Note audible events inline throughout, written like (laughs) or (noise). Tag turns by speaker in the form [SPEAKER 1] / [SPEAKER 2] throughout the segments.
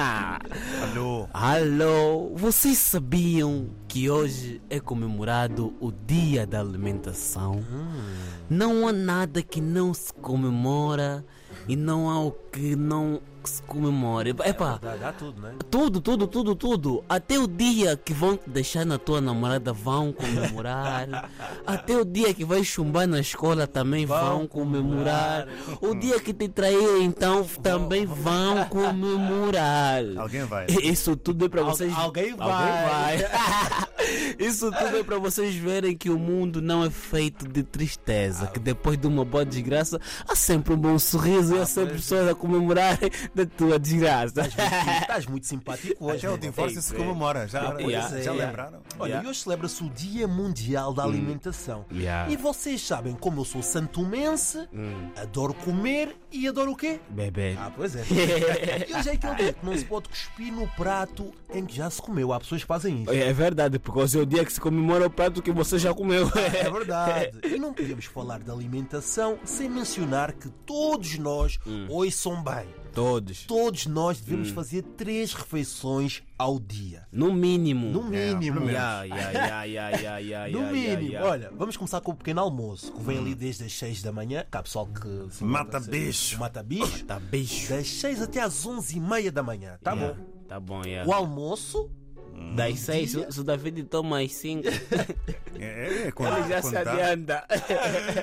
[SPEAKER 1] Ah, Alô, vocês sabiam que hoje é comemorado o Dia da Alimentação? Não há nada que não se comemora e não há o que não se comemore. Epá,
[SPEAKER 2] Dá, dá tudo, né?
[SPEAKER 1] tudo, tudo, tudo, tudo. Até o dia que vão te deixar na tua namorada vão comemorar. Até o dia que vais chumbar na escola também vão,
[SPEAKER 2] Vão
[SPEAKER 1] comemorar.
[SPEAKER 2] comemorar.
[SPEAKER 1] O dia que te trair então também vão comemorar.
[SPEAKER 3] (laughs) Alguém vai.
[SPEAKER 1] Isso tudo é para vocês.
[SPEAKER 2] alguém (laughs)
[SPEAKER 1] Alguém vai. Isso tudo é para vocês verem que o mundo não é feito de tristeza. Que depois de uma boa desgraça há sempre um bom sorriso e há sempre pessoas a comemorarem da tua desgraça. (laughs)
[SPEAKER 2] Estás muito simpático hoje.
[SPEAKER 3] Até o
[SPEAKER 2] meu irmão.
[SPEAKER 3] divórcio se comemora. Já,
[SPEAKER 1] Pois é.
[SPEAKER 3] já lembraram?
[SPEAKER 2] Olha,
[SPEAKER 1] Yeah.
[SPEAKER 2] e hoje celebra-se o Dia Mundial da Alimentação.
[SPEAKER 1] Yeah.
[SPEAKER 2] E vocês sabem como eu sou santumense, adoro comer e adoro o quê?
[SPEAKER 1] Bebê.
[SPEAKER 2] Ah, pois é. (laughs) e hoje é aquele dia que não se pode cuspir no prato em que já se comeu. Há pessoas que
[SPEAKER 1] (laughs)
[SPEAKER 2] fazem isso.
[SPEAKER 1] É verdade, porque hoje é o dia que se comemora o prato que você já comeu.
[SPEAKER 2] É verdade. E não podemos falar de alimentação sem mencionar que todos nós hoje são bem.
[SPEAKER 1] (laughs) Todos.
[SPEAKER 2] Todos nós devemos fazer três refeições ao dia.
[SPEAKER 1] No mínimo.
[SPEAKER 2] No mínimo.
[SPEAKER 1] Ya, ya, ya, ya, ya, ya,
[SPEAKER 2] No
[SPEAKER 1] ya,
[SPEAKER 2] mínimo.
[SPEAKER 1] ya, ya.
[SPEAKER 2] Olha, vamos começar com o pequeno almoço, que vem ali
[SPEAKER 1] Hum.
[SPEAKER 2] desde as 6 da manhã. Cá, pessoal que. se
[SPEAKER 3] Mata
[SPEAKER 2] se-
[SPEAKER 3] bicho.
[SPEAKER 2] Mata bicho.
[SPEAKER 1] Tá bicho.
[SPEAKER 2] Das 6 até às 11 e meia da manhã. Tá
[SPEAKER 1] Ya,
[SPEAKER 2] bom.
[SPEAKER 1] Tá bom, ya.
[SPEAKER 2] O almoço.
[SPEAKER 1] Das seis, se- se o David toma às cinco,
[SPEAKER 3] É, é, é quando,
[SPEAKER 1] ele já se
[SPEAKER 3] quando dá.
[SPEAKER 1] adianta. (laughs)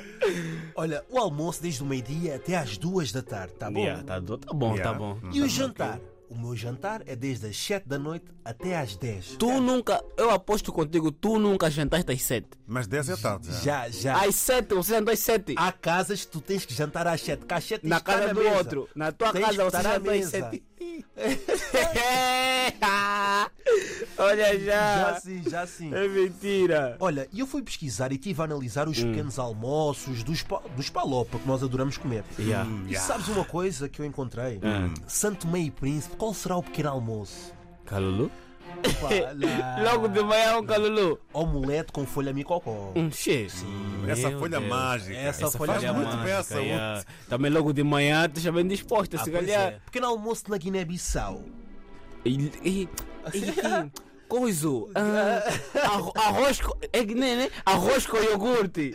[SPEAKER 2] Olha, o almoço desde o meio-dia até às 2 da tarde. Tá bom.
[SPEAKER 1] Ya, Tá do- tá bom, tá
[SPEAKER 3] Ya.
[SPEAKER 1] bom.
[SPEAKER 2] E o jantar? O meu jantar é desde as 7 da noite até às 10.
[SPEAKER 1] Tu nunca, eu aposto contigo, tu nunca jantaste às sete.
[SPEAKER 3] Mas 10 é tarde. Já.
[SPEAKER 2] Já, já.
[SPEAKER 1] Às sete, você jantou às sete.
[SPEAKER 3] Ah,
[SPEAKER 2] Há casas que tu tens que jantar às 7. Cá às 7
[SPEAKER 1] Na casa do outro. Na tua
[SPEAKER 2] Tens que
[SPEAKER 1] casa, você
[SPEAKER 2] estar à
[SPEAKER 1] jantou às
[SPEAKER 2] mesa.
[SPEAKER 1] sete. (laughs) Olha
[SPEAKER 2] Já sim, já sim.
[SPEAKER 1] É mentira.
[SPEAKER 2] Olha, e eu fui pesquisar e estive a analisar
[SPEAKER 1] Hum.
[SPEAKER 2] os pequenos almoços dos, pa- dos palopa que nós adoramos comer.
[SPEAKER 1] Yeah. Hum.
[SPEAKER 2] E sabes uma coisa que eu encontrei? Santo Meio Príncipe, qual será o
[SPEAKER 1] (laughs)
[SPEAKER 2] pequeno almoço?
[SPEAKER 1] Calulu?
[SPEAKER 2] Pá, lá.
[SPEAKER 1] Logo de manhã um calulu.
[SPEAKER 2] Omelete com folha micocó.
[SPEAKER 1] Um cheiro.
[SPEAKER 3] Essa
[SPEAKER 1] Meu
[SPEAKER 3] folha
[SPEAKER 1] Deus.
[SPEAKER 3] mágica.
[SPEAKER 2] Essa folha
[SPEAKER 3] faz
[SPEAKER 2] mágica,
[SPEAKER 3] muito bem essa outra.
[SPEAKER 1] yeah. Também logo de manhã tu já bem disposta,
[SPEAKER 2] Ah,
[SPEAKER 1] se
[SPEAKER 2] pois
[SPEAKER 1] calhar.
[SPEAKER 2] é. Pequeno almoço na Guiné-Bissau.
[SPEAKER 1] E, e, e, e coiso. ah, arro- arroz com. É que nem, né? Arroz com iogurte.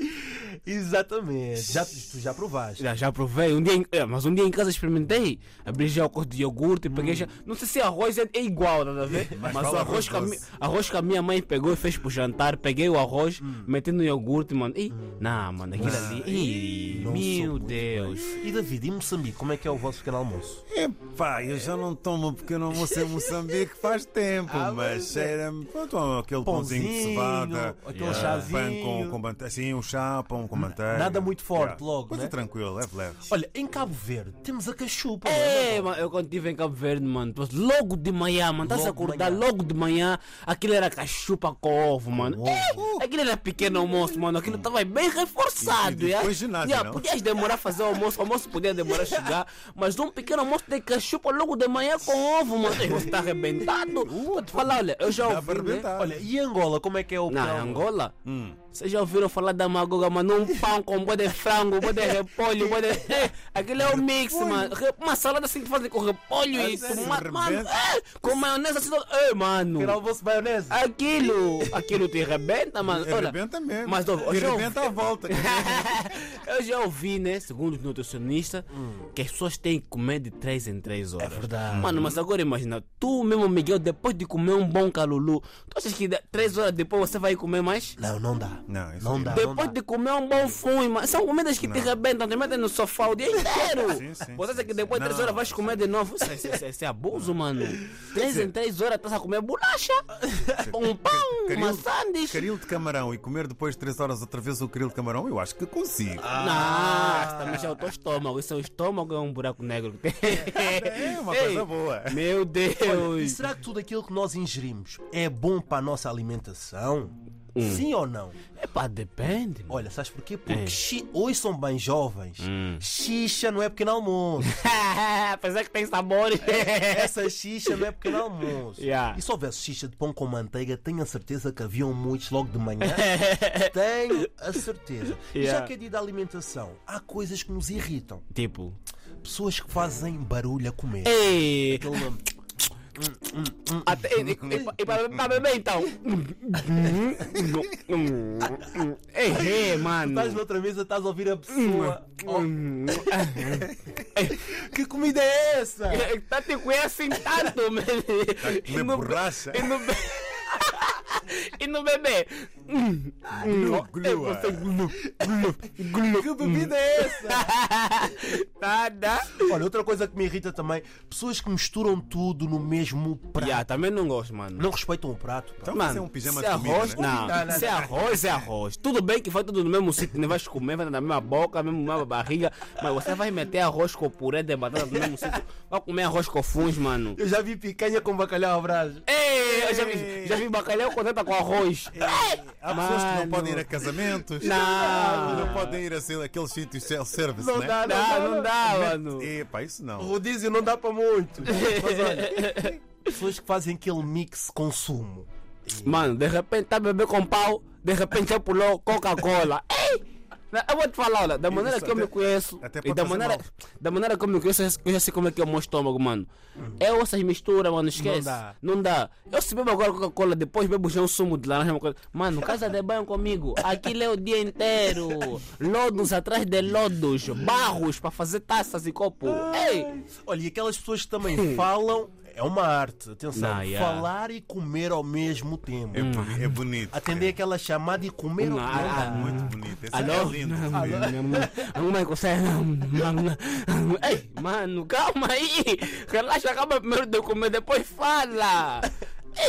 [SPEAKER 2] Exatamente. Já, tu já provaste.
[SPEAKER 1] Já, já provei. Um dia em- é, mas um dia em casa experimentei. Abri já o corte de iogurte, peguei já. Não sei se arroz é, é igual, nada a ver. Mas,
[SPEAKER 3] fala
[SPEAKER 1] o arroz
[SPEAKER 3] arroz
[SPEAKER 1] que, a mi,
[SPEAKER 3] doce.
[SPEAKER 1] arroz que a minha mãe pegou e fez pro jantar, peguei o arroz,
[SPEAKER 2] Hum.
[SPEAKER 1] meti no iogurte, mano. E, não, mano, aquilo ali. Ih,
[SPEAKER 2] não sou
[SPEAKER 1] meu
[SPEAKER 2] muito
[SPEAKER 1] Deus.
[SPEAKER 2] E David, em Moçambique, como é que é o vosso pequeno almoço?
[SPEAKER 3] Epá, eu já não tomo pequeno almoço em Moçambique faz tempo, mas cheira-me. Eu tomo aquele pãozinho, de
[SPEAKER 2] Ah, é. Pãozinho,
[SPEAKER 3] cevada,
[SPEAKER 2] aquele
[SPEAKER 3] um
[SPEAKER 2] chazinho.
[SPEAKER 3] pão com, com manteiga, sim, um chá, pão com manteiga.
[SPEAKER 2] Nada muito forte logo,
[SPEAKER 3] Coisa
[SPEAKER 2] né?
[SPEAKER 3] tranquila, leve, leve.
[SPEAKER 2] Olha, em Cabo Verde temos a cachupa. não é?
[SPEAKER 1] É, mano, eu quando estive em Cabo Verde, mano, tu- logo de manhã, mano, estás a
[SPEAKER 2] Logo de
[SPEAKER 1] acordar
[SPEAKER 2] manhã.
[SPEAKER 1] logo de manhã, aquilo era cachupa com ovo, mano. É, aquilo era pequeno almoço, mano, aquilo estava bem reforçado.
[SPEAKER 3] Hum. E- e
[SPEAKER 1] é.
[SPEAKER 3] depois ginásio,
[SPEAKER 1] Já,
[SPEAKER 3] não?
[SPEAKER 1] Podias demorar a fazer o almoço, o almoço podia demorar a chegar, mas um pequeno almoço de cachupa logo de manhã com ovo, mano, Ei, você está arrebentado. Vou te falar, olha, eu já
[SPEAKER 3] Uh, Dá para
[SPEAKER 1] ouvi, né?
[SPEAKER 3] arrebentar.
[SPEAKER 2] Olha, e Angola, como é que é o
[SPEAKER 1] Na
[SPEAKER 2] pequeno almoço?
[SPEAKER 1] Angola? Vocês já ouviram falar da magoga, mano? Um pão com boi de frango, boi de repolho, boi de. (laughs) É, Aquilo é um mix, mano. Re- Uma salada assim que fazem com repolho e
[SPEAKER 3] sério?
[SPEAKER 1] tomate, mano.
[SPEAKER 3] Rebenta.
[SPEAKER 1] é, com maionese assim. É, mano.
[SPEAKER 2] Pequeno almoço maionese.
[SPEAKER 1] Aquilo, aquilo te rebenta, mano.
[SPEAKER 3] E
[SPEAKER 1] Olha,
[SPEAKER 3] arrebenta mesmo.
[SPEAKER 1] Mas ó, eu
[SPEAKER 3] E
[SPEAKER 1] já ouvi-
[SPEAKER 3] arrebenta à
[SPEAKER 2] (laughs)
[SPEAKER 3] volta.
[SPEAKER 1] (laughs) eu já ouvi, né, segundo os nutricionistas, que as pessoas têm que comer de 3 em 3 horas. É
[SPEAKER 2] verdade.
[SPEAKER 1] Mano, mas agora imagina, tu mesmo, Miguel, depois de comer um bom calulu, tu achas que 3 horas depois você vai comer mais?
[SPEAKER 2] Não, não dá.
[SPEAKER 3] Não, isso
[SPEAKER 2] não
[SPEAKER 3] aí é
[SPEAKER 2] dá. não
[SPEAKER 1] Depois
[SPEAKER 2] dá.
[SPEAKER 1] de comer um bom fumo, mano. São comidas que te rebentam, te metem no sofá o dia inteiro.
[SPEAKER 3] Sim, sim,
[SPEAKER 1] Você acha
[SPEAKER 3] sim,
[SPEAKER 1] que
[SPEAKER 3] sim.
[SPEAKER 1] depois de três
[SPEAKER 3] Não,
[SPEAKER 1] horas vais comer de novo? Isso, é- isso, é- isso é abuso, mano. Três em três horas estás a comer bolacha, um pão, uma
[SPEAKER 3] Caril,
[SPEAKER 1] sandes.
[SPEAKER 3] caril de camarão e comer depois de 3 horas outra vez o caril de camarão, eu acho que consigo.
[SPEAKER 1] Ah, Não, isso também já é o teu estômago. Isso é o estômago, é um buraco negro que tem.
[SPEAKER 3] É uma
[SPEAKER 1] Ei,
[SPEAKER 3] coisa boa.
[SPEAKER 1] Meu
[SPEAKER 2] E
[SPEAKER 1] Deus.
[SPEAKER 2] será que tudo aquilo que nós ingerimos é bom para a nossa alimentação?
[SPEAKER 1] Hum.
[SPEAKER 2] Sim ou não?
[SPEAKER 1] Epá, depende. mano.
[SPEAKER 2] Olha, sabes porquê?
[SPEAKER 1] É.
[SPEAKER 2] Porque chi- hoje são bem jovens.
[SPEAKER 1] Hum.
[SPEAKER 2] Xixa não é
[SPEAKER 1] (laughs)
[SPEAKER 2] pequeno almoço.
[SPEAKER 1] Apesar que tem sabor.
[SPEAKER 2] Essa xixa não é pequeno almoço.
[SPEAKER 1] Yeah.
[SPEAKER 2] E se houvesse xixa de pão com manteiga, tenho a certeza que haviam muitos logo de
[SPEAKER 1] (laughs)
[SPEAKER 2] manhã. É. tenho a certeza. E
[SPEAKER 1] Yeah.
[SPEAKER 2] Já que é dia da alimentação, há coisas que nos irritam.
[SPEAKER 1] tipo, É.
[SPEAKER 2] Pessoas que fazem barulho a comer.
[SPEAKER 1] ei,
[SPEAKER 2] Aquele-
[SPEAKER 1] Até, e, e, e para, para beber então. Tá Ei, é, mano.
[SPEAKER 2] Estás noutra mesa, estás a ouvir a pessoa. Oh, (laughs) que comida é essa?
[SPEAKER 1] Tá te conhecem tanto, mano. Tá
[SPEAKER 3] Comer borracha.
[SPEAKER 1] E no, be- (laughs) e no bebê.
[SPEAKER 3] Glu,
[SPEAKER 1] É,
[SPEAKER 3] glu,
[SPEAKER 1] você
[SPEAKER 3] ah.
[SPEAKER 1] glu, glu, glu.
[SPEAKER 2] Que bebida é essa?
[SPEAKER 1] Nada.
[SPEAKER 2] Olha, outra coisa que me irrita também, pessoas que misturam tudo no mesmo prato.
[SPEAKER 1] Yeah, ah, também não gosto, mano.
[SPEAKER 2] Não respeitam o prato. pá.
[SPEAKER 3] Então vai
[SPEAKER 1] Mano,
[SPEAKER 3] ser um pijama
[SPEAKER 1] se
[SPEAKER 3] de comida,
[SPEAKER 1] é arroz,
[SPEAKER 3] né?
[SPEAKER 1] não.
[SPEAKER 2] Não, não,
[SPEAKER 1] se é
[SPEAKER 2] não.
[SPEAKER 1] arroz, é arroz. Tudo bem que vai tudo no mesmo sítio, né? Vais comer, vai na mesma boca, na mesma barriga. Mas você vai meter arroz com purê de batata no mesmo sítio. Vai comer arroz com funs, mano.
[SPEAKER 2] Eu já vi picanha com bacalhau à brás.
[SPEAKER 1] Ei, eu já vi, já vi bacalhau com teta com arroz.
[SPEAKER 3] Há pessoas que não
[SPEAKER 1] Mano.
[SPEAKER 3] podem ir a casamentos.
[SPEAKER 1] Não.
[SPEAKER 3] Não podem ir assim, àqueles sítios self-service,
[SPEAKER 2] Não
[SPEAKER 3] né?
[SPEAKER 2] dá, não
[SPEAKER 1] Dá,
[SPEAKER 2] dá.
[SPEAKER 1] não dá, mano.
[SPEAKER 3] Epá, isso não.
[SPEAKER 2] Rodízio não dá para muito. Mas olha, pessoas que fazem aquele mix consumo.
[SPEAKER 1] Mano, de repente tá bebê com pau, de repente já pulou
[SPEAKER 3] (laughs)
[SPEAKER 1] Coca-Cola. Ei! Na- Eu vou te falar, olha, da maneira
[SPEAKER 3] Isso,
[SPEAKER 1] que eu
[SPEAKER 3] até-
[SPEAKER 1] me conheço
[SPEAKER 3] até
[SPEAKER 1] e
[SPEAKER 3] pode
[SPEAKER 1] da
[SPEAKER 3] fazer
[SPEAKER 1] maneira,
[SPEAKER 3] mal.
[SPEAKER 1] da maneira como eu me conheço, eu já- eu já sei como é que é o meu estômago, mano.
[SPEAKER 3] Uhum.
[SPEAKER 1] É essas misturas, mano, esquece. Não dá.
[SPEAKER 2] dá.
[SPEAKER 1] Eu se bebo agora Coca-Cola, depois bebo já um sumo de laranja, uma coisa. Mano, casa de banho comigo, aquilo é o dia inteiro.
[SPEAKER 3] (laughs)
[SPEAKER 1] Lodos atrás de lodos, barros pra fazer taças e copo. Ei!
[SPEAKER 2] Olha, e aquelas pessoas que também falam, é uma arte, atenção.
[SPEAKER 1] Não, yeah.
[SPEAKER 2] Falar e comer ao mesmo
[SPEAKER 1] Hum.
[SPEAKER 2] tempo.
[SPEAKER 3] É, boni- é bonito.
[SPEAKER 2] Atender aquela chamada e comer ao
[SPEAKER 1] Não,
[SPEAKER 2] mesmo tempo.
[SPEAKER 1] ah,
[SPEAKER 3] Muito bonito. Esse
[SPEAKER 1] Alô?
[SPEAKER 3] é lindo.
[SPEAKER 1] Mamãe consegue. Ei, mano, calma aí. Relaxa, acaba primeiro de eu comer, depois fala.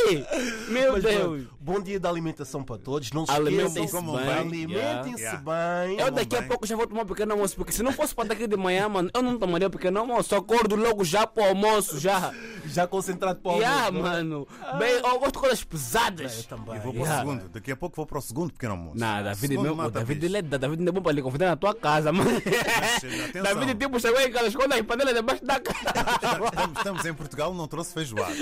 [SPEAKER 1] Ei, meu
[SPEAKER 2] Mas,
[SPEAKER 1] Deus.
[SPEAKER 2] pronto, bom dia da alimentação para todos. Não se
[SPEAKER 1] Alimentem-se
[SPEAKER 2] esqueçam.
[SPEAKER 3] como
[SPEAKER 1] bem.
[SPEAKER 3] vai,
[SPEAKER 2] Alimentem-se
[SPEAKER 3] Yeah.
[SPEAKER 2] bem.
[SPEAKER 1] Eu daqui a
[SPEAKER 3] bem.
[SPEAKER 1] pouco já vou tomar um pequeno almoço, porque se não fosse para daqui de manhã, mano, eu não tomaria um pequeno almoço. Acordo logo já pro almoço, já.
[SPEAKER 2] Já concentrado para o
[SPEAKER 1] Já,
[SPEAKER 2] almoço, não
[SPEAKER 3] né?
[SPEAKER 2] é?
[SPEAKER 1] mano. Bem, eu gosto de coisas
[SPEAKER 2] Eu
[SPEAKER 1] pesadas.
[SPEAKER 2] também.
[SPEAKER 3] Vou para o
[SPEAKER 1] Yeah.
[SPEAKER 3] segundo. Daqui a pouco vou para o segundo pequeno almoço.
[SPEAKER 1] Não, David,
[SPEAKER 3] Segundo
[SPEAKER 1] é meu,
[SPEAKER 3] mata
[SPEAKER 1] David,
[SPEAKER 3] bicho. Tá
[SPEAKER 1] ele, David não é bom pra lhe convidar na tua casa, mano. (laughs)
[SPEAKER 3] atenção.
[SPEAKER 1] David, tipo, chegou em casa, esconde as panelas debaixo da casa.
[SPEAKER 3] Estamos, estamos em Portugal, não trouxe feijoada.